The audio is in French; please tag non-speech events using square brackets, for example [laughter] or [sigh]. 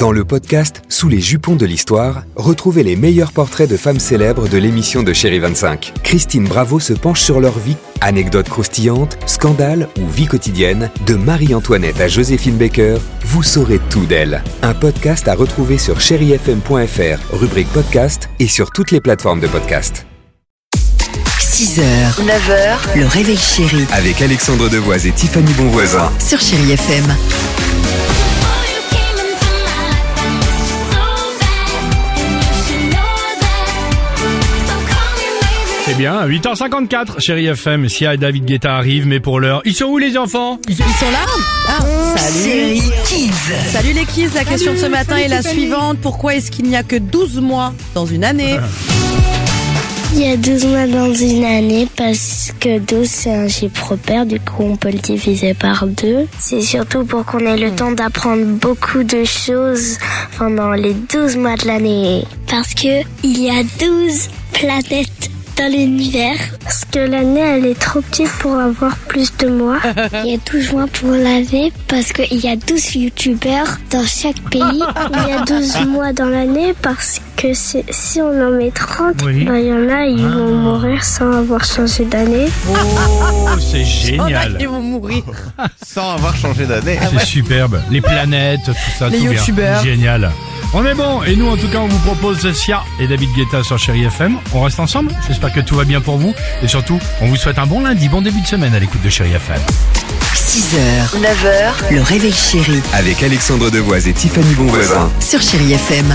Dans le podcast Sous les jupons de l'histoire, retrouvez les meilleurs portraits de femmes célèbres de l'émission de Chéri 25. Christine Bravo se penche sur leur vie, anecdotes croustillantes, scandales ou vie quotidienne, de Marie-Antoinette à Joséphine Baker, vous saurez tout d'elle. Un podcast à retrouver sur chérifm.fr, rubrique podcast et sur toutes les plateformes de podcast. 6h, 9h, le réveil chéri Avec Alexandre Devoise et Tiffany Bonvoisin. sur Chéri FM. Before you came into my life, so bad. You should know that. So call me maybe. C'est Eh bien, 8h54, chérie FM, Sia et David Guetta arrivent, mais pour l'heure, ils sont où les enfants Ils sont là ah, Salut Salut les kids, la question de ce matin est la suivante. Pourquoi est-ce qu'il n'y a que 12 mois dans une année Il y a 12 mois dans une année parce que 12 c'est un chiffre repère, du coup on peut le diviser par deux. C'est surtout pour qu'on ait le temps d'apprendre beaucoup de choses pendant les 12 mois de l'année. Parce que il y a 12 planètes dans l'univers. Parce que l'année elle est trop petite pour avoir plus de [laughs] mois. Il y a 12 mois pour l'année parce qu'il y a 12 youtubeurs dans chaque pays. Il y a [laughs] 12 mois dans l'année parce que c'est- si on en met 30, bah, Oui. il y en a, ils vont mourir sans avoir changé d'année. Oh, c'est Oh, bah, génial Ils vont mourir. sans avoir changé d'année. C'est superbe, les planètes, tout ça, Les tout bien. youtubeurs. Génial On est bon, et nous en tout cas, on vous propose Sia et David Guetta sur chérie FM. On reste ensemble, j'espère que tout va bien pour vous, et surtout, on vous souhaite un bon lundi, bon début de semaine à l'écoute de chérie FM. 6h, 9h, le réveil chéri Avec Alexandre Devoise et Tiffany Bonvoisin. sur Chéri FM.